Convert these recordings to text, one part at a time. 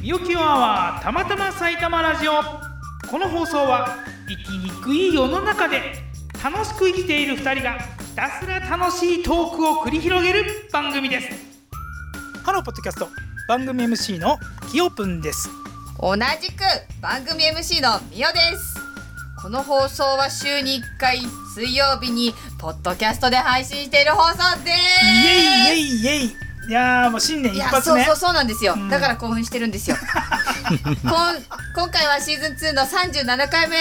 ぴよきよアワーたまたま埼玉ラジオこの放送は生きにくい世の中で楽しく生きている2人がひたすら楽しいトークを繰り広げる番組ですハローポッドキャスト番組 MC のきよぷんです同じく番組 MC のみよですこの放送は週に1回水曜日にポッドキャストで配信している放送でイエすイイエイイエイいやーもう新年い一や発そう目そうそうなんですよ、うんだから興奮してる んですよこん今回はシーズン2の37回目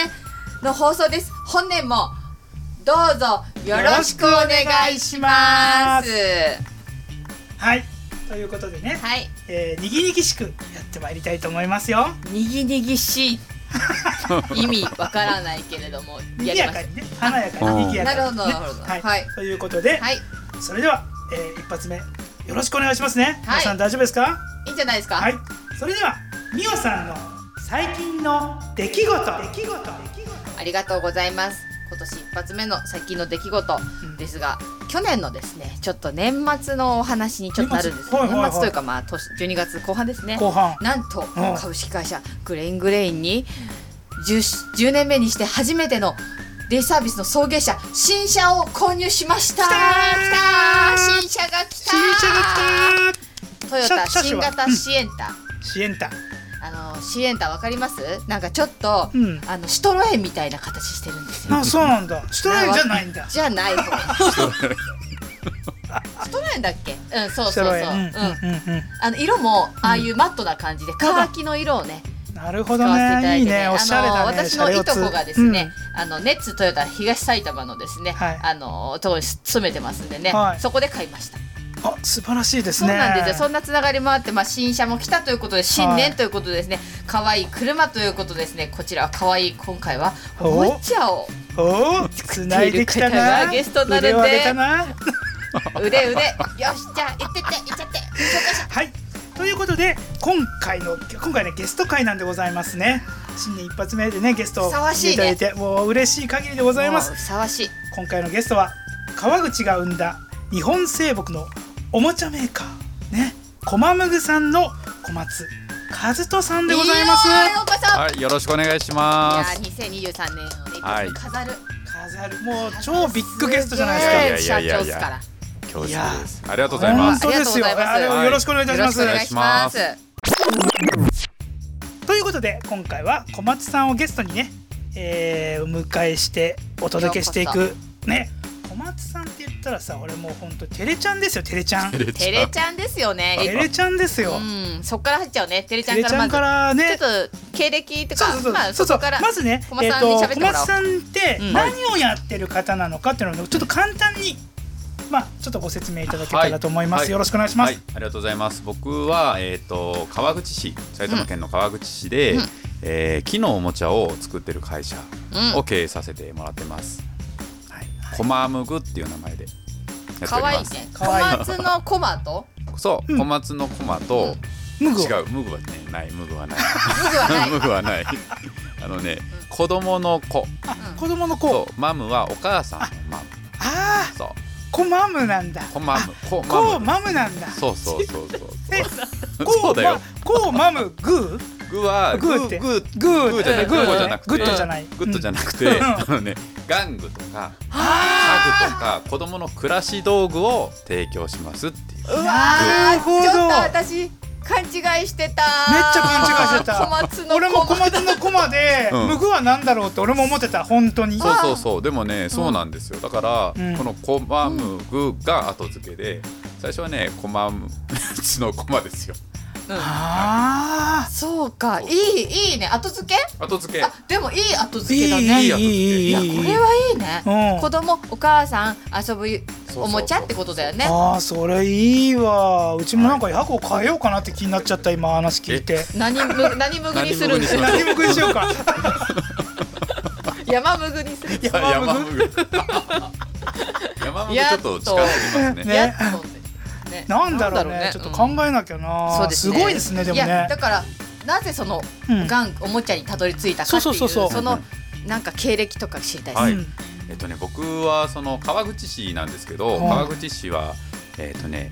の放送です本年もどうぞよろしくお願いしますはいということでね、はいえー、にぎにぎしくやってまいりたいと思いますよにぎにぎしい意味わからないけれども賑やりやまかしにね華やかに賑たやなるかほに、どね、なるほどはい、はいということで、はいそれでは、えー、一発目よろしくお願いしますね、はい皆さん大丈夫ですかいいんじゃないですか、はいそれではみおさんの最近の出来事出来事ありがとうございます今年一発目の最近の出来事ですが、去年のですねちょっと年末のお話にちょっとなるんですけど年年末末,、はいはいはいというかまあ年12月後半ですね後半なんとうん株式会社グレイングレインに 10, 10年目にして初めてのデイサービスの送迎車新車を購入しました来たー来たー新車が来たー新車が来トヨタ車種新は型シエンタ、たシエンタあのシエンタわかりますなんかちょっと、うんあのシトロエンみたいな形してるんですよあそうなんだシュトラインじゃないんだじゃない方。 ストラインだっけ？うん、そうそシュトうそう。うん、ラインうんうんうんあの色もああいうマットな感じで、カーキの色をね、うんなるほ使どわせていただねいいいてね、ねおしゃれだねあの私のいとこがですね、シャレオツ、あのネッツトヨタ東埼玉のですね、はいあのとこに勤めてますんでね、はいそこで買いました。うんあ素晴らしいですそうねなんですよ。そんなつながりもあって、まあ新車も来たということで、新年ということでですね、可愛い車ということでですね、こちらは可愛い今回はおもちゃをおお繋いできた作っている方ながゲストになるんで腕を上げたな腕腕、よしじゃあ行ってって行っちゃって。はい。ということで今回の今回ねゲスト会なんでございますね。新年一発目でねゲストをふさわしいねいただいてもう嬉しい限りでごございます。ふさわしい。今回のゲストは川口が生んだ日本製木のおもちゃメーカーねコマムグさんの小松和人さんでございます。よーようこそ。はい、よろしくお願いしいまやす。ー2023年をね、はい飾る飾るもう超ビッグゲストじゃないですいかや。すげー社長っすから恐や縮です。ありがとうございま本す。当本当ですよ。ありがとうございますあれをよろしくお願いいたしよろましす。くお願いしますということで今回は小松さんをゲストにね、えーお迎えしてお届けしていよくね小松さんって言ったらさ俺もうほんとテレちゃんですよテレちゃんテテレちゃんですよねレちゃんですよ、うんそっから入っちゃうねテレちゃテレんかちらゃまんずからねちょっと経歴とそうかそうそうまそあそうそこうからまずね小松さんにえーと喋って小もらおう松さんってうん何をやってる方なのかっていうのをちょっと簡単にまあちょっとご説明いただけたらと思います、はいよろしくお願いしまはす、い、ありがとうございます。僕はえっ、と川口市、埼玉県の川口市で、うんえー木のおもちゃを作ってる会社うをん経営させてもらってます。はいコマムグっていう名前でやっており可愛いまねす。小可愛い松のコマとそう、うん小松のコマと、ムグを違うムグはねないムグはないムグはない ムグはない。あのね、子供の子うん子供の子とマムはお母さんのマム。あそう、あコマムなんだコマム、ココマム。マムなんだそうそうそうそうそうえ。そこううだよま。こうマムグーグはググーってーグーグーグーじゃなくググーーじじゃゃななくてくグてッドじゃないグッドじゃなくて、うんあのね玩具とかあ家具とか子供の暮らし道具を提供しますっていう。ーうわなるーほどちょっと私勘違いしてためっちゃ勘違いしてた小松俺のもコ小マ松のコマで、うんムグはなんだろうって俺も思ってた本当にそうそうそうでもねそうなんですよだから、うんこのコマムグが後付けで最初はねコマムうちのコマですよあそうかいいいいね後付け後付けあでもいい後ー付けだねいいいやこれはいいね、うん子供お母さん遊ぶそうそうおもちゃってことだよねあーそれいいわうちもなんかヤコ変えようかなって気になっちゃった今話聞いて何む何むぐにするんですえか何ムグにしよう か山むぐにするや山山ムグ 山ムグちょっと近すぎますねねやっとねなんだろうねちょっと考うんえなきゃな、そうですすねごいですねでもいやねだからなぜそのうんがんおもちゃにたどり着いたかってそういそううそうそうそのなんか経歴とか知りたいです、はいうんえっとね、僕はその川口市なんですけど、い川口市は、えっとね、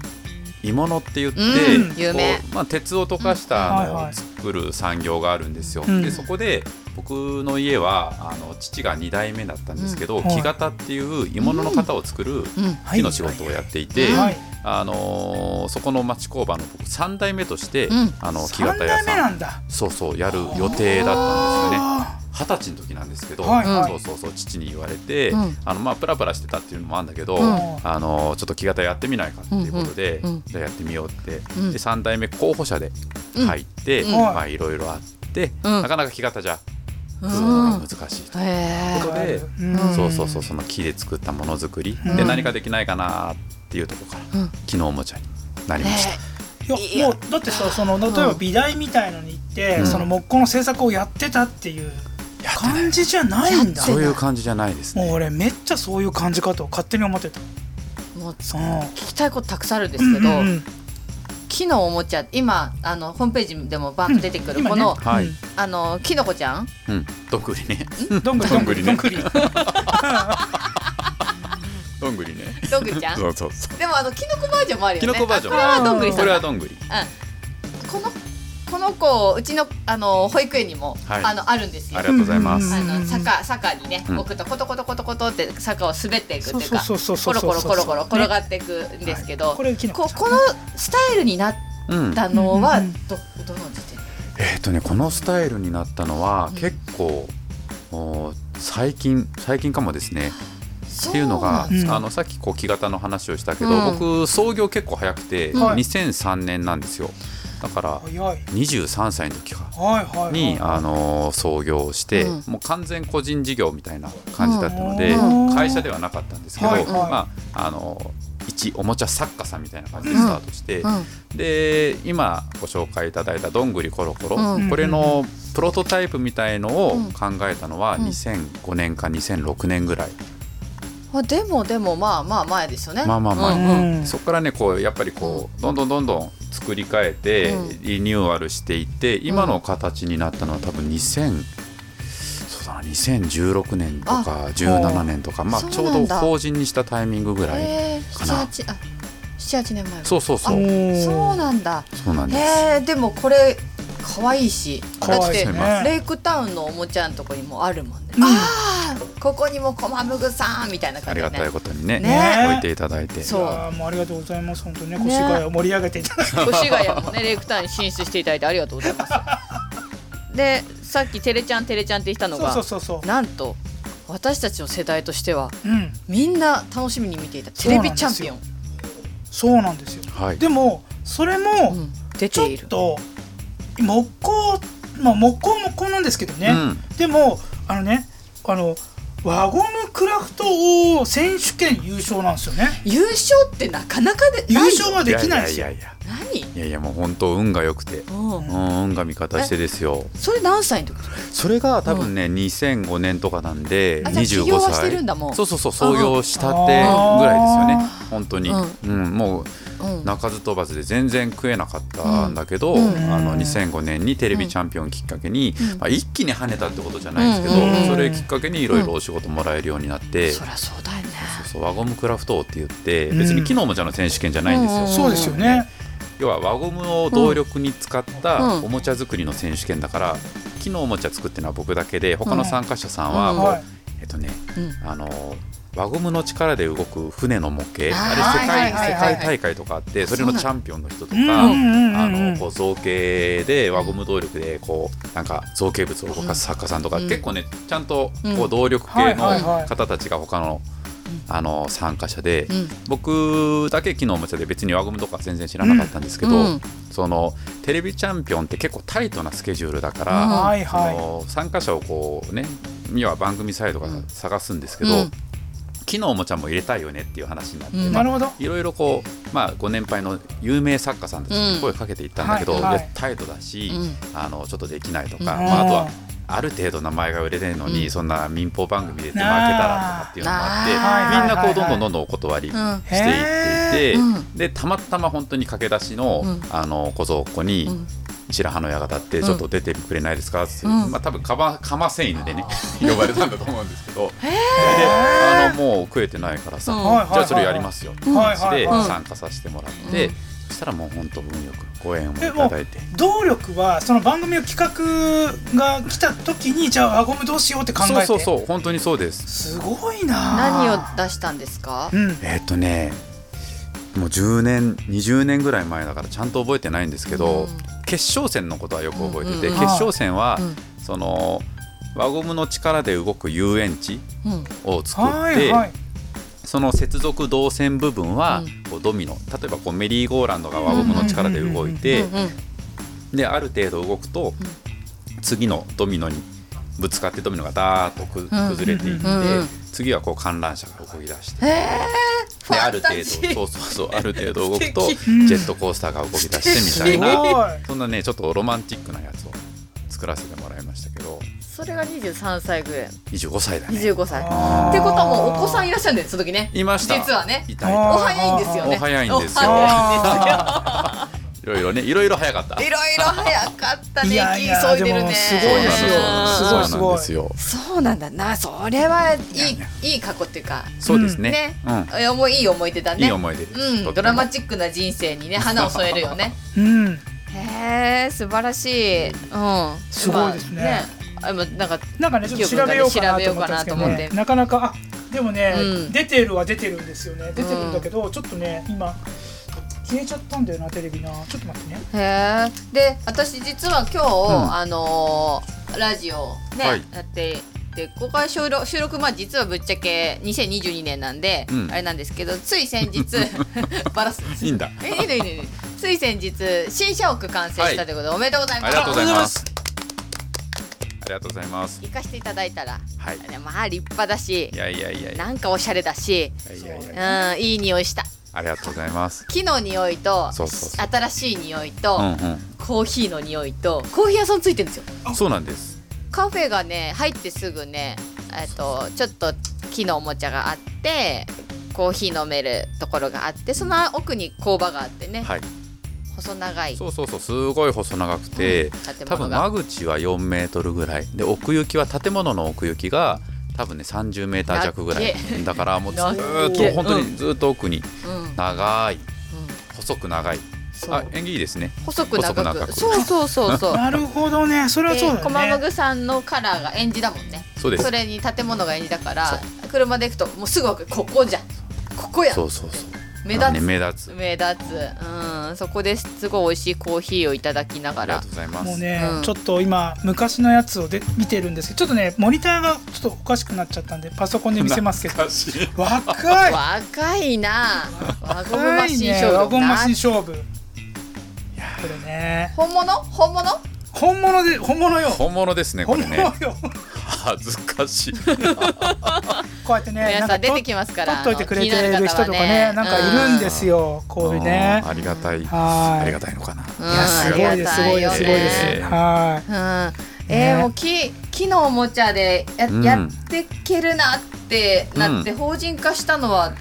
鋳物って言って、うんこう有名まあ、鉄を溶かしたうんあの、はいはいつくる産業があるんですよ、うんでそこで僕の家はあの父が2代目だったんですけど、うんはい木型っていう鋳物の型を作るうんはい木の仕事をやっていて、はいあのーそこの町工場の僕3代目として、うんあの木三型代屋目なさんんだそうそうやる予定だったんですよね。あ二十歳の時なんですけど、はいはいそうそうそう父に言われて、うんあのまあプラプラしてたっていうのもあるんだけど、うんあのちょっと木型やってみないかっていうことで、うんうんうんじゃあやってみようって、うんで3代目候補者でうん入って、うんまあいろいろあって、うんなかなか木型じゃう作るのがん難しいと、へこーとでうんそうそうそうその木で作ったものづくり、うでん何かできないかなっていうところから、うん木のおもちゃになりました。いやもうだってさその例えば美大みたいのに行って、うんその木工の制作をやってたっていう感じじゃないんだやってそなういう感じじゃないですもうね。俺めっちゃそういう感じかと勝手に思ってたもうつそう聞きたいことたくさんあるんですけど、うんうんうん木のおもちゃ今あのホームページでもバーッと出てくる、今ねこの、はい、あのきのこちゃんうん、どんぐりね、どんぐりどんぐりどどんんぐぐりどんぐりね。どんぐりちゃんそうそうそう。でもあのきのこバージョンもあるよきねのこバージョンあこれはどんぐりさこんれだはどんぐり。このこの子をうちのあの保育園にも、はいあのあるんですよありがとうございます。あの坂坂にねうん置くとコトコトコトコトって坂を滑っていくってそういうそうかそうそうそコうロコロコロコロ転ねがっていくんですけど、これきのここちゃんこのスタイルになっうん、たのはうんどどの時点えっ、とねこのスタイルになったのはうん結構、おー最近最近かもですねそっていうのが、うんあのさっきこう木型の話をしたけど、うん僕創業結構早くて、はい2003年なんですよだから早いはい23歳の時かはいはいに、あのー創業して、うんもう完全個人事業みたいな感じだったので、うん会社ではなかったんですけど、はいはいまああのー一おもちゃ作家さんみたいな感じでスタートして、うんで今ご紹介いただいた「どんぐりころころ」うんこれのプロトタイプみたいのをうん考えたのはうん2005年か2006年ぐらい、あでもでもまあまあ前ですよねまあまあまあうんうんうんそこからねこうやっぱりこうどんどんどんどん作り変えてうんリニューアルしていって今の形になったのは多分2000そうだな2016年とか17年とかまあそうちょうなんどだ法人にしたタイミングぐらいえー、かな78あ78年前そうそうそおうーそうなんだそうなんですへえでもこれ可愛いし可愛いだってねレイクタウンのおもちゃのとこにもあるもんね、うんああここにもコマムグさんみたいなあ感りじでがねたいことにねね置いていただいてそういやーもうありがとうございます本当ねね腰が盛り上げていただいて越谷もねレイクタウンに進出していただいてありがとうございますでさっき「てれちゃんてれちゃん」って言ったのそうがそうそうそなんと私たちの世代としてはううんみんな楽しみに見ていたテレビチャンピオン、そうなんですよはいでもそれもうん出ちょていっると木工まあ木工もこうなんですけどね、うんでもあのねあの輪ゴムクラフト王選手権優勝なんですよね優勝ってなかなかで優ない勝はできないですよやいやいやいや何、いやいやもう本当運が良くて、うんうん、運が味方してですよそれ何歳の時それが多分ね、2005年とかなんであじゃあ起業は25して歳るんだもうそうそうそう創業したてぐらいですよね本当に、ううんもううん鳴かず飛ばずで全然食えなかったんだけど、うんあの2005年にテレビチャンピオンきっかけに、うんまあ、一気に跳ねたってことじゃないですけど、うんうんそれきっかけにいろいろお仕事もらえるようになって、そりゃそうだよねそうそう輪ゴムクラフト王って言ってうん別に機能もじゃの選手権じゃないんですよ、うんそうですよね要は輪ゴムを動力に使ったうんおもちゃ作りの選手権だから木のおもちゃ作ってるのは僕だけで他の参加者さんはうんこう、はいえっとねうんあの輪ゴムの力で動く船の模型あーあれ世界はいはい世はいはい界大会とかあってそれのチャンピオンの人とうんか。うんあうんうのんこう造形で輪ゴム動力でこうなんか造形物を動かす作家さんとか、うん結構ねちゃんとうこんう動力系はいはいはいの方たちが他のあの参加者で、うん僕だけ木のおもちゃで別に輪ゴムとか全然知らなかったんですけど、うんそのテレビチャンピオンって結構タイトなスケジュールだかうんら、はいそはの参加者をこうね要は番組サイトから探すんですけど、うん木のおもちゃも入れたいよねっていう話になって、うんいまあなるほどいろいろこう、まあ、ご年配の有名作家さんたちに声かけていったんだけど、うんはいはいで態度だし、うんあのちょっとできないとか、うんまあ、あとはある程度名前が売れてるのに、うんそんな民放番組で出て負けたらとかっていうのもあってあーみんなこうどはんいはいはいどんどんどんお断りしうんていっていて、へーでたまたま本当に駆け出しの,、うんあの小僧っ子に。うん白羽の矢が立ってちょっと出てくれないですかって、うんまあ多分カマカマセイヌでね 呼ばれたんだと思うんですけど、へーであのもう食えてないからさ、うんじゃあそれやりますよはいはいではいん参加させてもらって、そしたらもう本当運よくご縁をいえたもうだいて動力はその番組の企画が来た時にじゃあ輪ゴムどうしようって考えてそうそうそう本当にそうですすごいな何を出したんですかうんえーっとねもう10年20年ぐらい前だからちゃんと覚えてないんですけど、うん決勝戦のことはよく覚えてうんうんて、うん決勝戦は、うんその輪ゴムの力で動く遊園地うんを作って、はいはいその接続導線部分はうんこうドミノ例えばこうメリーゴーランドが輪ゴムの力で動いて、うんうんである程度動くと、次のドミノにぶつかってドミノがダーッとくうん崩れていって、うんうん次はこう観覧車が動き出して。えー、フであァるンタ程度ジそーうそうそうある程度動くと 素ジ敵うんェットコースターが動き出してみ たいすごいなそんなねちょっとロマンチックなやつを作らせてもらいましたけどそれが23歳ぐらい25歳だね25歳あーってことはもうお子さんいらっしゃるんですその時ねいました実はねいたいおあーた早いんですよねお早いんですよお早いいろいろねいろいろ早かったいろいろ早かったねいやいや息急いでるねでもすそごういなんですよすそうごいなすんごいですよそうなんだなそれはいいやいやいい過去っていうかそうですねねうんえもういい思い出だねいい思い出ですとってうもんドラマチックな人生にね花を添える よねうんへえ素晴らしいうんすごいですねまあねあ今なんかなんかねちょっと調べようかなと思ったんですけど調べようかなと思っねてなかなかあでもね、うん出てるは出てるんですよね出てるんだけど、ちょっとね今消えちゃったんだよなテレビなちょっと待ってねへえ。で、私実は今日、んあのーラジオね、はいやって。で公開収録収録まあ実はぶっちゃけ2022年なんで、うんあれなんですけどつい先 日バラすいいんだえいいのいいのいいのつい先日新社屋完成したということで、おめでとうございあまりすがとうございありがとうございまますすありがとうございます行かせていただいたら、はいまあ立派だしいやいやいやいやなんかおしゃれだし、いやいやいやうん、いい匂いしたありがとうございます木の匂いとそうそうそ新しい匂いと、うんうコーヒーの匂いとコーヒー屋さんついてるんですよんそうなんですカフェがね入ってすぐねえっとちょっと木のおもちゃがあってコーヒー飲めるところがあってその奥に工場があってね、はい細長いそうそうそうすごい細長くて、建物多分が間口は4メートルぐらいで奥行きは建物の奥行きが多分ね30メーター弱ぐらいだだからもうずだっけーっと本当うにずーっと奥にうん、うん、長い細く長いそあう縁起いいですね細く長く細く長くそうそうそ うそうなるほどねそれはそうだでよコマねマグさんのカラーがエンジだもんねそうですそれに建物がエンジだから車で行くともうすぐわかるここじゃんここやそうそうそう目立ねつ目立つ目立つうんそこですごい美味しいコーヒーをいただきなあがりがらとうございますもうね、うんちょっと今昔のやつをで見てるんですけどちょっとねモニターがちょっとおかしくなっちゃったんでパソコンで見せますけど懐かしい若い若いな輪ゴム若マいシねン勝負ワゴンマシンな勝負これね本物本物本物で本物よ 本物ですねこ本れ物ねよこ恥ずかしいうやってね皆なさかんと出てきますから撮っといてくれてる人とかねなんかいるんですよこういうねうんありがたいはいありがたいのかなういんやすごいですすごいですすごいですありがはうんえねーもう木木のおもちゃでやうんやってけるなってなってう法人化したのは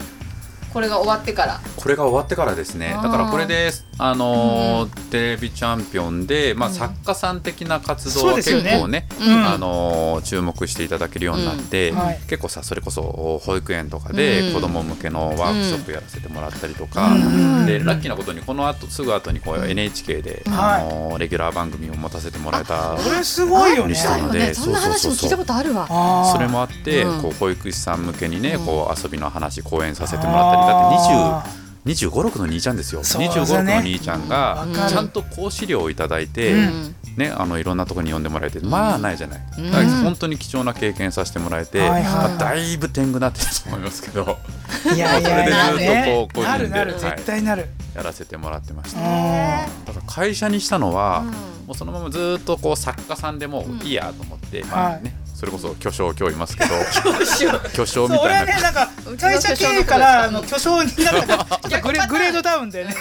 これが終わってからこれが終わってからですねあーだからこれで、あのーテレビチャンピオンで、まあ、作家さん的な活動そうはです結よね構ね、うんあのー注目していただけるようになって、うんはい結構さそれこそ保育園とかでうん子ども向けのワークショップやらせてもらったりとか、うんでラッキーなことにこの後すぐ後にこう NHK で、はいあのーレギュラー番組を持たせてもらえたいこれすごいよねあよのでそんな話も聞いたことあるわあーそれもあって、うんこう保育士さん向けにね、うんこう遊びの話講演させてもらったりだってあ20ー2 5六6の兄ちゃんですよ、そう2 5そう6のね兄ちゃんがわかるちゃんと講師料をいただいて、うんね、あのいろんなところに呼んでもらえてまあないじゃない、うんだから本当に貴重な経験させてもらえて、はいはいまあ、だいぶ天狗なってると思いますけど いやいやいやねそれでずっとこうこうなるなるはい絶対なるやらせてもらってました、あだから会社にしたのうは、んもうそのままずっとこう作家さんでもういいやと思って、まあね、それこそ巨匠今日いま すけど巨匠そみう俺たはいなねなんかうちの会社経営からあの巨匠になったから ちょっとグ逆パレターングレードダウン でね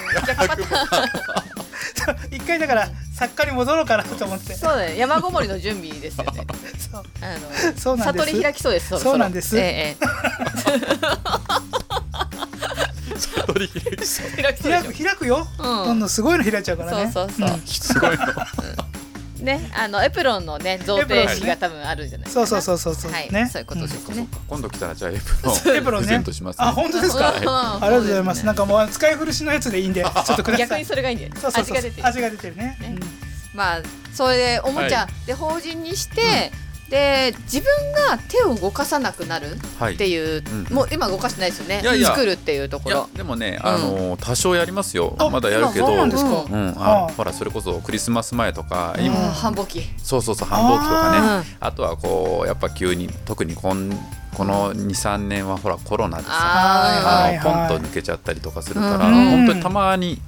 一回だから作家に戻ろうかなと思ってそうだね山ごもりの準備ですよ ねそうあそうのなんです悟り開きそうですろろそうなんですえええ悟り開 きそうえ開きそうで開しょく開くよ、うんどんどんすごいの開いちゃうからそ うねそうそううんすごいのね、あのエプロンのね贈呈式が多分あるんじゃないですそか。うそうそうそうそう、はい、ねそういうことですね。今度来たらじゃあエプロンエプロンプねレゼントします、ね、あ本当ですか、うんありがとうございますそうですねなんかもう使い古しのやつでいいんでちょっとください逆にそれがいいんだよね。そうそうそう味が出てる。味が出てるねねまあそれでおもちゃで法人にして、で自分が手を動かさなくなるはっいていう、うんもう今動かしてないですよね。いやいや作るっていうとこいやろ。でもね、うんあの多少やりますよあまだやるけどそうなんですか、ううんああほらそれこそクリスマス前とかうん今あー繁忙期。そうそうそう繁忙期とかあねあとはこうやっぱ急に特にこんこの23年はほらコロナでさはあいあ。はいあのポンと抜けちゃったりとかするから、うん本当にたまに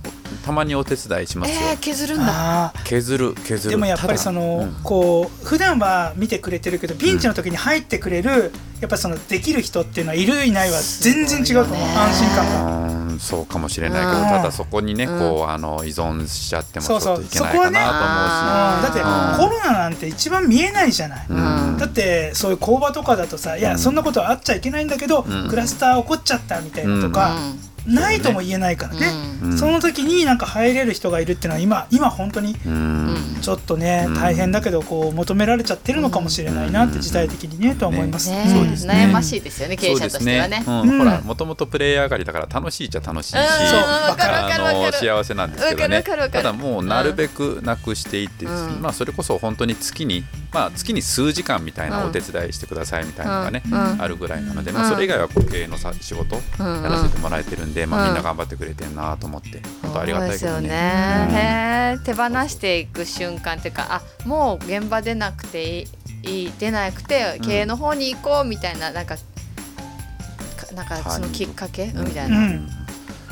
たまにお手伝いしますよ、えー、削るんだ。ああ削る削るでもやっぱりただその、うんこう普段は見てくれてるけどピンチの時に入ってくれる、やっぱそのできる人っていうのはいるいないは全然違うと思う、すごいよね安心感が。うーんそうかもしれないけうどんただそこにねうんこうあの依存しちゃってもちそょうっそうといけないかなうんだってあーコロナなんて一番見えないじゃない。と思うしうんだってそういう工場とかだとさいや、うんそんなことはあっちゃいけないんだけど、うんクラスター起こっちゃったみたいなとか、ないとも言えないからね、ううんその時になんか入れる人がいるっていうのは今今本当にうんうんちょっとね、うん大変だけどこう求められちゃってるのかもしれないなってうん時代的にね、とは思います。ねそうですね悩ましいですよね経営者としてはね。そうですううんん、ほらもともとプレイヤー上がりだから楽しいっちゃ楽しいし、うんそうわかるわかるわあかのる。幸せなんですけどわねかるわかるわかたるだもうなるべくなくしていって、うんまあ、それこそ本当に月に、まあ、月に数時間みたいなお手伝いしてくださいみたいなのがね、うんうんあるぐらいなので、うまあ、んそれ以外はこう経営のさ仕事うんうんやらせてもらえてるんで、まうんあ、みんな頑張ってくれてんなと思って本当ありがたいけそどうですよね。へね。ー手放していく瞬間っていうか、あ、もう現場出なくていい、出なくて経営の方に行こうみたいななんか、かなんかそのきっかけ、うんみたいうんな。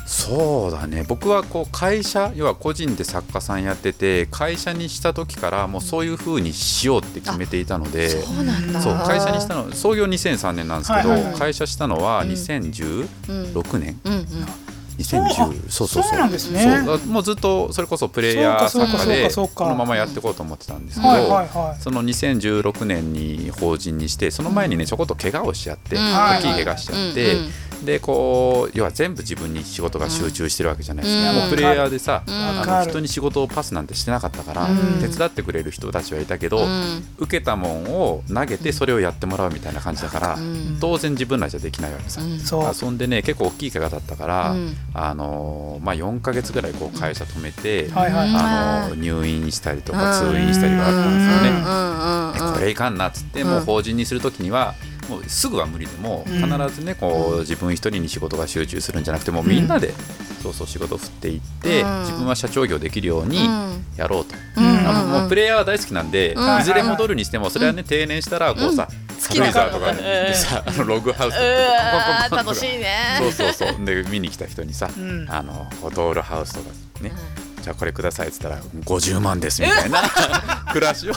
そうだね僕はこう会社要は個人で作家さんやってて会社にした時からもうそういう風にしようって決めていたのでそうなんだ。そう会社にしたの創業2003年なんですけど、はいはい会社したのはうん2016うん。年、うんうん。 2010そうそうそうそうなんですねそうだもうずっとそれこそプレイヤーそうか作そ家うかでそうこかのままやっていこうと思ってたんですけど、はいはいはい。その2016年に法人にしてその前にねちょこっと怪我をしちゃって、うん大きい怪我しちゃって、うんうんでこう要は全部自分に仕事が集中してるわけじゃないですか、うんもうプレイヤーでさ、うんあわかのる人に仕事をパスなんてしてなかったから、うん手伝ってくれる人たちはいたけど、うん受けたもんを投げてそれをやってもらうみたいな感じだから、うん当然自分らじゃできないわけさ、うんそう遊んでね結構大きい怪我だったから、うんあのーまあ、4ヶ月ぐらいこう会社止めて、はいはいあのー入院したりとか通院したりがあったんですよね。でこれいかんなっつって、うんもう法人にするときにはもうすぐは無理でもうん必ずねこう自分一人に仕事が集中するんじゃなくてもうみんなで、そうそう仕事を振っていって、うん自分は社長業できるようにやろうと、うんうんうんあのもうプレイヤーは大好きなんで、うんいずれ戻るにしてもそれはね定年したらこうさ、き軽な井沢とかでさ、あのログハウスとうわーか楽しいねそうそうそうで見に来た人にさ、うんあのこうドールハウスとかね、じゃあこれくださいっつったら50万ですみたいな暮らしを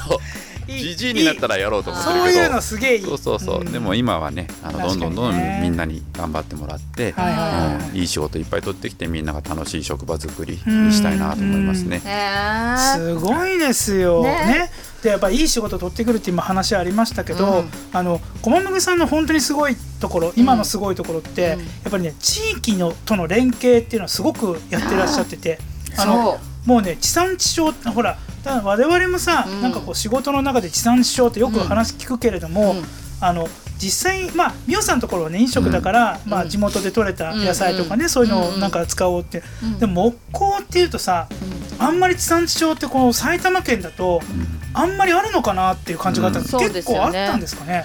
いいじじいになったらやろうと思ってるけそどういうのすげえいい。そうそうそう、んでも今はねあのどんどんどんど確かにねんみんなに頑張ってもらって、はいはいはいうんいい仕事いっぱい取ってきてみんなが楽しい職場作りにしたいなと思いますね。へすごいですよ。ねねでやっぱいい仕事取ってくるって今話ありましたけど、うんあの駒麦さんの本当にすごいところ今のすごいところって、うんやっぱりね地域のとの連携っていうのはすごくやってらっしゃってて。ーあのそもうね地産地消ってほらだ我々もさ、うんなんかこう仕事の中で地産地消ってよく話聞くけれども、うんあの実際まあ美桜さんのところはね飲食だから、んまあ、うん地元で採れた野菜とかね、うんそういうのをなんか使おうって、うんでも木工っていうとさ、あんまり地産地消ってこの埼玉県だとあんまりあるのかなっていう感じがあったんです、うん結構あったんですかね。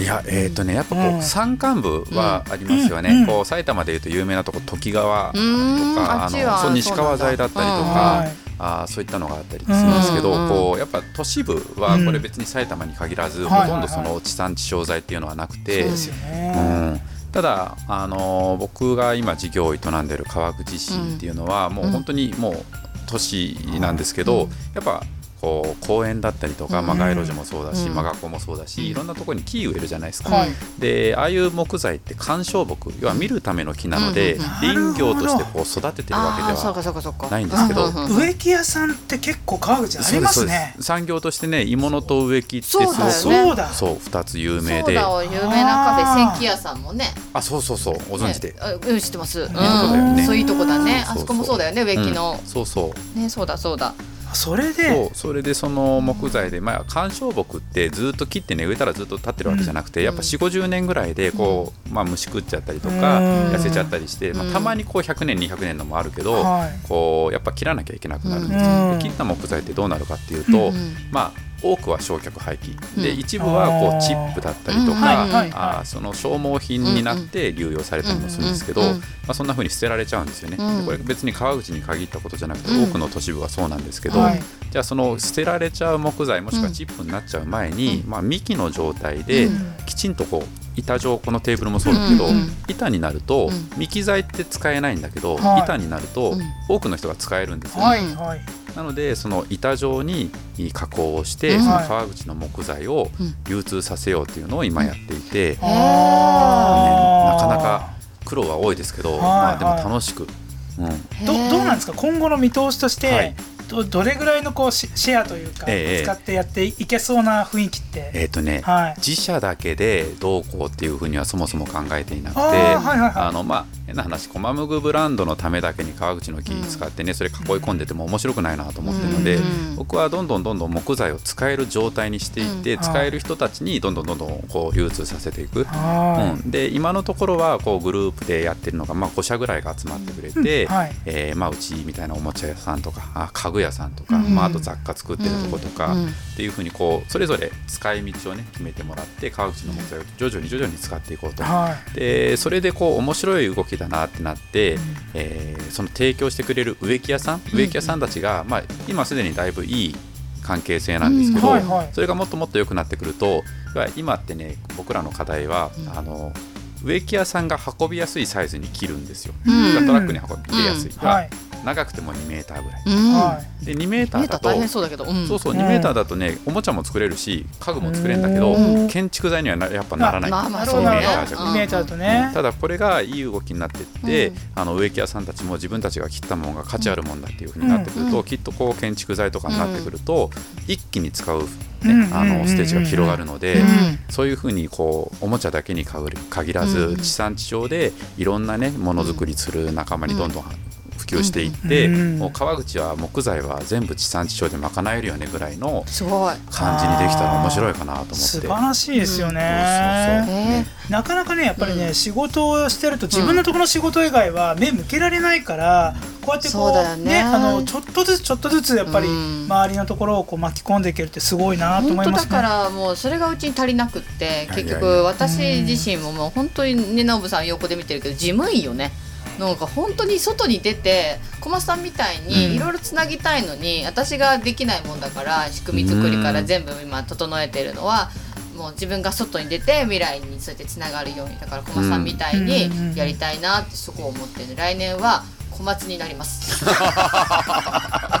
いやえっ、とねやっぱこう、うん山間部はありますよね、うんこう埼玉でいうと有名なとこ時川とうーんかあっちはのそう西川材だったりとそうか、なんあーそういったのがあったりするんですけど、うんうんこうやっぱ都市部はこれ別に埼玉に限らず、んほとんどその地産地消材っていうのはなくそて、うでですようね。んただ、あのー僕が今事業を営んでる川口市っていうのは、もう本当にもう都市なんですけど、うんやっぱこう公園だったりとか、まあ、うん街路樹もそうだし、うんまあ、学校もそうだし、いろんなところに木植えるじゃないですか、はいでああいう木材って観賞木要は見るための木なので、うんうん林業としてこう育ててるわけであーそうかはそうかそうかないんですけど、うんうんうん植木屋さんって結構川口ありますね。産業としてね鋳物と植木ってすそごうくだよねそうだそう2つ有名そうでだわ有名なカフェ千木屋さんもねあそうそうそうご存知で、ねあうん知ってますうんだよねそういいとこだねそうあそうそこもそうだよね植木のうんそうそうねそうだそうだそれでそうそれでその木材で、まあ、観賞木ってずっと切ってね植えたらずっと立ってるわけじゃなくて、うんやっぱ4 5 0年ぐらいでこう、まあ、虫食っちゃったりとか、うん痩せちゃったりして、まうあ、んたまにこう100年200年のもあるけど、はいこうやっぱ切らなきゃいけなくなるんです、うんで切った木材ってどうなるかっていうと、うんうんまあ多くは焼却廃棄、でうん一部はこあーうチップだったりとうんか、はいはいあーその消耗品になって流用されたりもするんですけど、うんうんまあ、そんな風に捨てられちゃうんですよね、うんでこれ別に川口に限ったことじゃなくてうん多くの都市部はそうなんですけど、はいじゃあその捨てられちゃう木材もしくはチップになっちゃう前に、まあ、幹の状態でうんきちんとこう板状このテーブルもそうだけど、うんうん板になるとうん幹材って使えないんだけど、はい板になるとうん多くの人が使えるんですよね、はいはいなのでその板状に加工をして、うんその川口の木材を流通させようっていうのを今やっていんて、あーねなかなか苦労は多いですけど、いまあ、でもはい楽しく、うんどへーどうなんですか今後の見通しとして、はいどどれぐらいのこうシシェアというか、ええ使ってやっていけそうな雰囲気って、えっ、とね、はい自社だけでどうこうっていうふうにはそもそも考えていなくてあーはいはいはいあのまあ変な話コマムグブランドのためだけに川口の木使ってね、それ囲い込んでても面白くないなと思ってるので、うん僕はどんどんどんどん木材を使える状態にしていって、うん使える人たちにどんどんどんどんこう流通させていく。はうん、で今のところはこうグループでやってるのが、まあ、5社ぐらいが集まってくれて、うんはいえーまあ、うちみたいなおもちゃ屋さんとかあ家具屋さんとか、うんまあ、あと雑貨作ってるとことか、うんっていうふうにこうそれぞれ使い道をね決めてもらって川口の木材を徐々に徐々に使っていこうと。はいでそれでこう面白い動きだなってなって、うんえーその提供してくれる植木屋さんん植木屋さんたちが、まあ、今すでにだいぶいい関係性なんですけど、うんはいはいそれがもっともっと良くなってくると要は今ってね僕らの課題は、あの植木屋さんが運びやすいサイズに切るんですよ。うんトラックに運びやすい、うんはい長くても2メーターぐらい。うんはで2メータ見ーえたらだと大変そうだけど、うん、そうそうう2んメーターだとねおもちゃも作れるし家具も作れるんだけうどん建築材にはなやっぱならないまあまあなるそほうどねなる2メーターじゃほうどんイメージあるとうんねただこれがいい動きになってって、うんあの植木屋さんたちも自分たちが切ったものが価値あるもんだっていうふうになってくると、うんきっとこう建築材とかになってくると、一気に使う、ねうんあうんのステージが広がるので、うんそういうふうにこうおもちゃだけに限る限らうずん地産地消でいろんなねものづくりする仲間にどんどん普及していって、うんもう川口は木材は全部地産地消で賄えるよねぐらいのすごい、感じにできたら面白いかなと思って。素晴らしいですようんそうねそうえなかなかねやっぱりね、う仕事をしてると自分のところの仕事以外は目向けられないからこうやってこそううだよねあのちょっとずつちょっとずつやっぱりうん周りのところをこう巻き込んでいけるってすごいなと思い本当まだすね。からもうそれがうちに足りなくってやいやいや結局私自身ももう本当にねノブさん横で見てるけど事務員よねなんか本当に外に出て小松さんみたいうんにいろいろつなぎたいのに、私ができないもんだから仕組み作りから全部今整えてるのは。もう自分が外に出て未来にそうやってつながるようにだから小松さんみたいにやりたいなってそこを思ってる来年は小松になります 今年だった今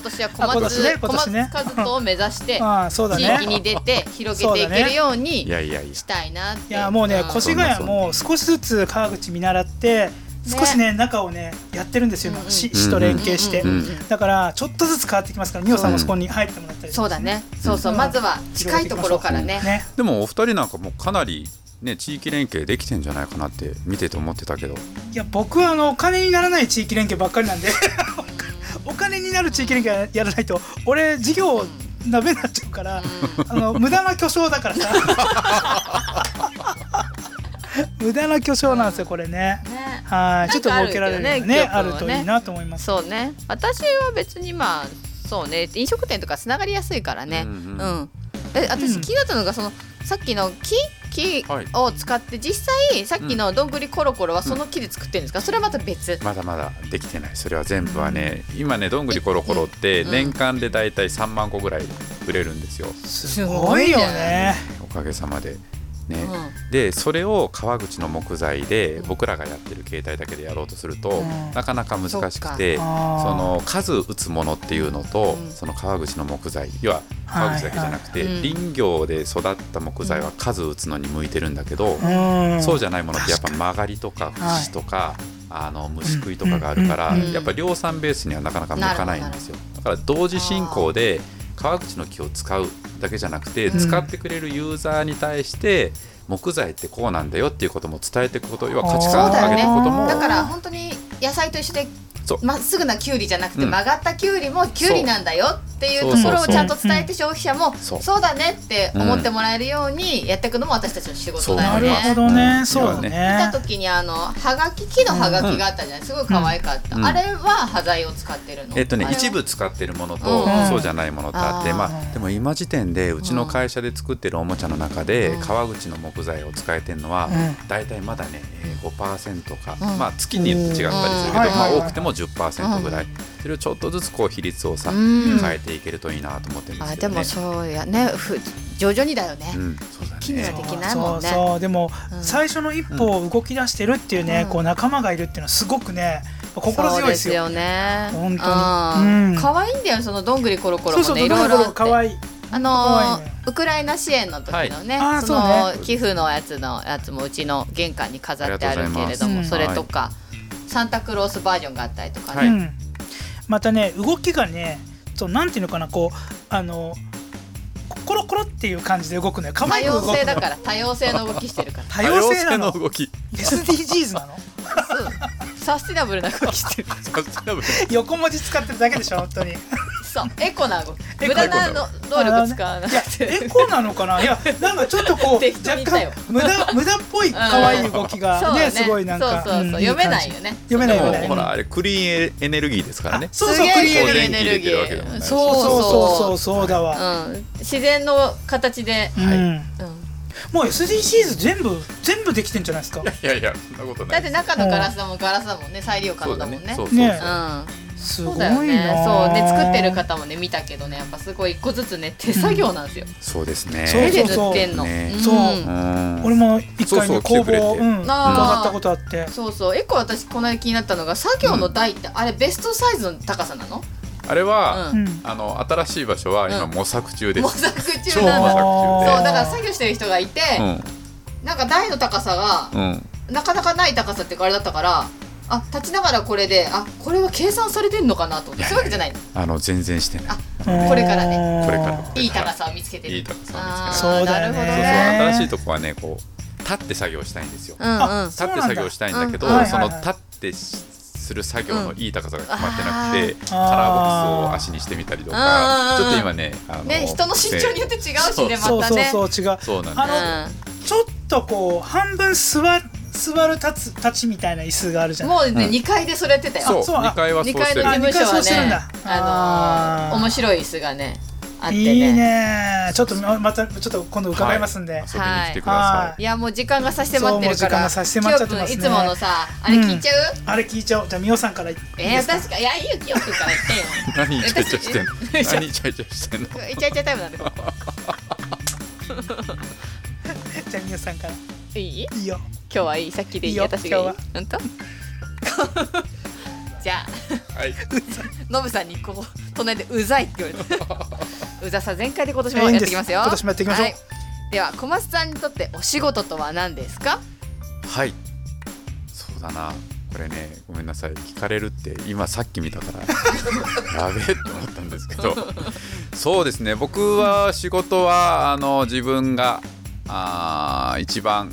年は小あ松今年ね小今年ね松和人を目指してああそうだ地ね域に出て広げていけるようにいやいやいやしたいなっていやもうねん越谷も少しずつ川口見習って少しね中をねやってるんですようんう今ん市市と連携してうんうんだからちょっとずつ変わってきますから美桜さんもそこに入ってもらったりそうだねそうそうまずは近いところからねねでもお二人なんかもうかなりね地域連携できてんじゃないかなって見てて思ってたけどいや僕はあのお金にならない地域連携ばっかりなんで お金になる地域連携やらないと俺事業ダメになっちゃうから、あの無駄な巨匠だからさ 無駄な巨匠なんですよこれね、ねはいちょっとなんか儲あるけられるねけどねね記あ憶はるねといいなと思いますそうね私は別にまあそうね飲食店とかつながりやすいからねううんん、うんえう私ん気になったのがそのさっきの木木はいを使って実際さっきのどんぐりコロコロはその木で作ってるんですかそれはまた別まだまだできてないそれは全部はね今ねどんぐりコロコロってうん年間でだいたい3万個ぐらい売れるんですよすごいよねおかげさまで。ねうでそれを川口の木材で僕らがやってる携帯だけでやろうとすると、うんなかなか難しくてそっそかの数打つものっていうのと、うんその川口の木材要は川口だけじゃなくて、はいはいうん林業で育った木材は数打つのに向いてるんだけど、うんそうじゃないものってやっぱ曲がりとかはい節とか、あの虫食いとかがあるから、うんうんやっぱ量産ベースにはなかなか向かないんですよだから同時進行で川口の木を使うだけじゃなくて、うん使ってくれるユーザーに対して木材ってこうなんだよっていうことも伝えていくこと要は価値観そをうだよ上ねげていくことあもーだから本当に野菜と一緒でそうまっすぐなきゅうりじゃなくてうん曲がったきゅうりもきゅうりなんだよっていうとそこうろそうをそうちゃんと伝えて消費者もそうそうだねって思ってもらえるようにやっていくのも私たちの仕事なだよるね。ほどね、うんそうだね見た時にあのはがき木のはがきがあったじゃないすごい可愛かった、うんあれは端材を使ってるのえっとねあれは一部使ってるものとうんそうじゃないものとあってあーまあでも今時点でうちの会社で作ってるおもちゃの中でうん革口の木材を使えてるのはうん大体まだねえー5%かうんまあ月によって違ったりするけどうんはいまはいあはい多くても10%ぐらいそれをちょっとずつこう比率をさうん変えていけるといいなと思ってるんですあけでどねも。そうやねふ徐々にだよね、うんそうだ木にはでねきないもんねそうそうでも、うん最初の一歩を動き出してるっていうね、うんこう仲間がいるっていうのはすごくね心強いですよ。そうですよね本当にうんうん可愛いんだよそのどんぐりころころそうもそうねいどろこいろあどっこてかわいい。あの可愛いーねウクライナ支援の時のね、はいあーそそのう寄付のやつのやつもうちの玄関に飾ってあるけれどあもりがとうございますそれとか、サンタクロースバージョンがあったりとかね、はいうん、またね動きがねそうなんていうのかなこうあのコロコロっていう感じで動くのよ可多愛く動様く性だのから多様性の動きしてるか多様性な多様の性の動き。 SDGs なの らそうサスティナブルな動きしてるサステナブル横文字使ってるだけでしょ本当に。そうエコな動きエコ無駄なの能力使わなくいやてエコなのかないやなんかちょっとこ適う当に若言ったよ干無駄無駄っぽい可愛い動きそがうねだねすごいなんかそうそうそう、ん読めないいい感よねじ読めないで読めないもほらあれクリーンエネルギーですからね。そうすそうげえクリエイティブエネルギ電気入れてるわけでもなーいしそうそうそうそそううそうだわ、そう、うん、自然の形で、うんはいうんもう SDGs 全部全部できてんじゃないですかいやいやそんなことなだっいて。中のガラスだもんガラスだもんね再利用可能そうだだもんねね。そうそうねそううすん、ごいうそなだよねあそうで作ってる方もね見たけどねやっぱすごい一個ずつね手作業なんですよ、そうですね。そう手で塗ってんのねんそううん俺も一回そねうそう工来てくれて房うんなあ伺ったことあってそうそうエコ私この間気になったのが作業の台って、あれベストサイズの高さなのあれは、うんあの新しい場所は今うん模索中で模す。索中超なん模だそ索うあー中だから作業してる人がいて、で。なんか台の高さがうんうん。なかなかない高さっていうかあれだったからあ立ちながらこれであこれは計算されてんのかなと思ってそういうわけじゃないのあの全然してない。これからねこれからこれからいい高さを見つけてるいい高さを見つけてるあーそうだよねなるほそどうそうね新しいとこはねこう立って作業したいんですよ。うんうんあ立って作業したいんだけど、そうなんだそうんのはいはい立はってする作業のいい高さが決まってなくて、んカラーボックスを足にしてみたりとうか、んちうんうょんっと今ね、あのね、人の身長によって違うしね、そうまそうそうたね。うそう違うそうなんあだの。ちょっとこう半分座座る立つ立ちみたいな椅子があるじゃん、ないもうね、うん二階でそれやってたよ。そうそうあ2階はそう二階してのる事。務所あ二階そうしてるはんねだ、ああーのー面白い椅子がね、あってね。いいねちょっとままたちょっと今度伺いますんで、はい遊びに来てくだはさいいや、もう時間が差し迫ってるそうもう時か間ら。が差し迫っちゃってますね清くんいつものさ、あれ聞いちゃう。あれ聞いちゃおうじゃあ美桜さんからいいえでー、すか確か、いや、いいよ、清くんから言ってよ。い。何イチャイチャしてんの？私何イチャイチャしてん の？イチャイチャタイムなんだけじゃあ美桜さんからど。いい。いいよ今日はいい、さっきでいい、いいよ私がいい今日は。本当。 じゃあ、はい。ノブさんにこう、隣でうざいって言われて。 うざさ全開で今年もいいんやっですていきますよ。今年もやっていきましょうはいでは、小松さんにとってお仕事とは何ですか。はい。そうだな。これね、ごめんなさい。聞かれるって今さっき見た から、やべえって思ったんですけど。そうですね。僕は仕事はあの自分があー一番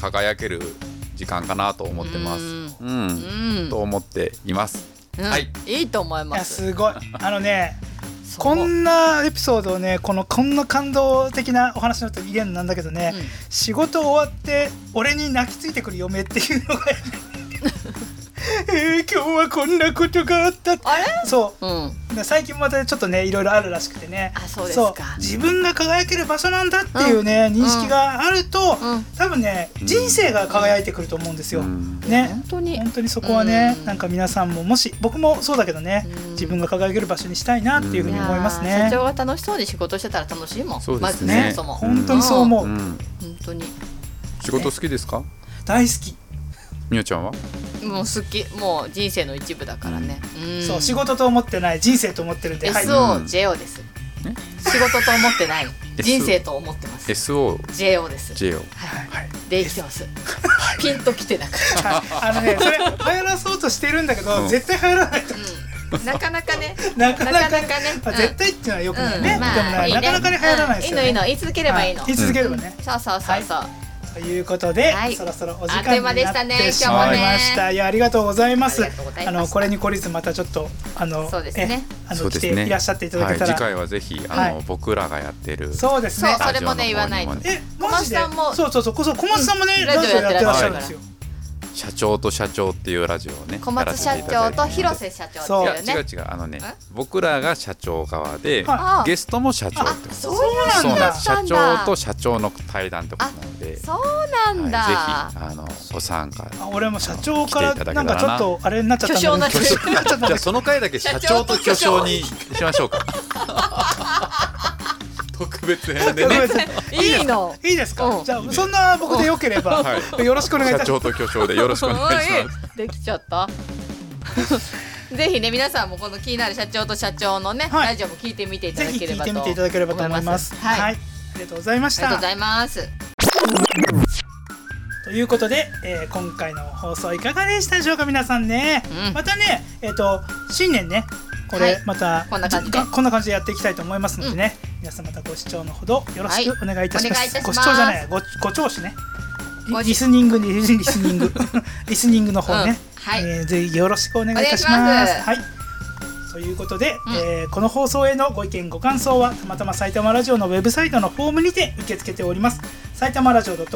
輝ける時間かなと思ってます。ううんう。んと思っています。うんはいいいと思いいまやす。すごいあのねそうこんなエピソードをねこのこんな感動的なお話のと言えるのなんだけどね、うん仕事終わって俺に泣きついてくる嫁っていうのがえー、今日はこんなことがあったあれ？そうん。うで最近またちょっとねいろいろあるらしくてねあそうですか自分が輝ける場所なんだっていうね、認識があると、うん多分ね人生が輝いてくると思うんですよ、うんね本当に。本当にそこはね、うんなんか皆さんももし僕もそうだけどね、うん自分が輝ける場所にしたいなっていうふうに思いますやーね社長。が楽しそうに仕事してたら楽しいもん。そうですまねずねそもそも。本当にそう思う、うん。本当に。仕事好きですか？大好き、みおちゃんは？もう好き、もう人生の一部だからね。うんそう仕事と思ってない人生と思ってるんで、はい、 S O J O です。仕事と思ってない。人生と思ってます。 S O J O です。 J O。はい。はい。できてます。ピンときてなかった。あのねそれ流行らそうとしてるんだけど、うん絶対流行らないとうんなかなかね。なかなかなかなかねまあうん絶対っていうのはよくないね、うんまあでもねいいねなかなかに流行らないですよ、ねうんいいのいいの、言い続ければいいの。はい言い続ければね、そうそうそうそう。そということで、はいそろそろお時あっとい間うに間でしなたねってし今日まもいねました。いやありがとうございます。ありがとうございましたのこれに懲りずまたちょっとあのそうですねえあそのうで来すてねいらっしゃっていただけたはい、ら、次回はぜひあの、はい僕らがやってるそうですね。そうそれもねラジオの方にもねえ小マ松ジでさんもそうそうそうこそ小松さんもね、うんラジオやってらっしゃるんですよ。社長と社長っていうラジオをね小松社長と広瀬社長ってそういいやうね違う違うあのね僕らが社長側ではいあゲストも社長ってことそういうそうそうなんなんだです社長と社長の対談ってことなのでそうなんだ、はい、ぜひあのご参加あ俺も社長か来らていただけなたらんなかちょっとあれになっちゃったんだ巨匠になっちゃけっどたなっちゃったんだじけゃあその回だけ社長と巨匠にしましょうか 特別編でどごめんねなさ いいいのいいですか、うんじゃあそんな僕でよければ、はよろしくお願いい社たしま長と巨匠でよろしくお願いしますおいできちゃった ぜひね皆さんもこの気になる社長と社長のね、はいラジオも聞いてみていすたぜだひけれ聞いばてとみ思ていいただければと思いますはい、はあいありがとうございましりがとうたございますということで、えー今回の放送いかがでしたでしょうか皆さんね、うんまたねえっ、と新年ねこはれいまた、こんな感じでがこんな感じでやっていきたいと思いますのでね、皆さんまたご視聴のほどよろしくはいお願いいたします,、お願いいたしごます視聴じゃないごご聴取ねごリ視リスニングにリスリスニングリスニングの方ね、うんはいえーぜひよろしくお願いいたしますお願いしまはいすということで、うんえーこの放送へのご意見ご感想はたまたま埼玉ラジオのウェブサイトのフォームにて受け付けております埼玉ラジオ .com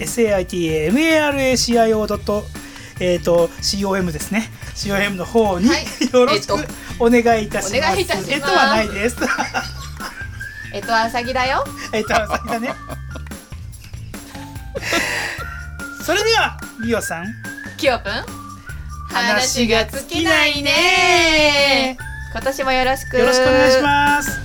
saitamaracio. えー、と COM ですね COM の方に、はい よろしくえっお願いいたします、お願いいたしますえっとはないですえっとあさぎだよえっとは先だ ねそれではリオさんきよぷん話が尽きないね今年もよろしくよろしくお願いします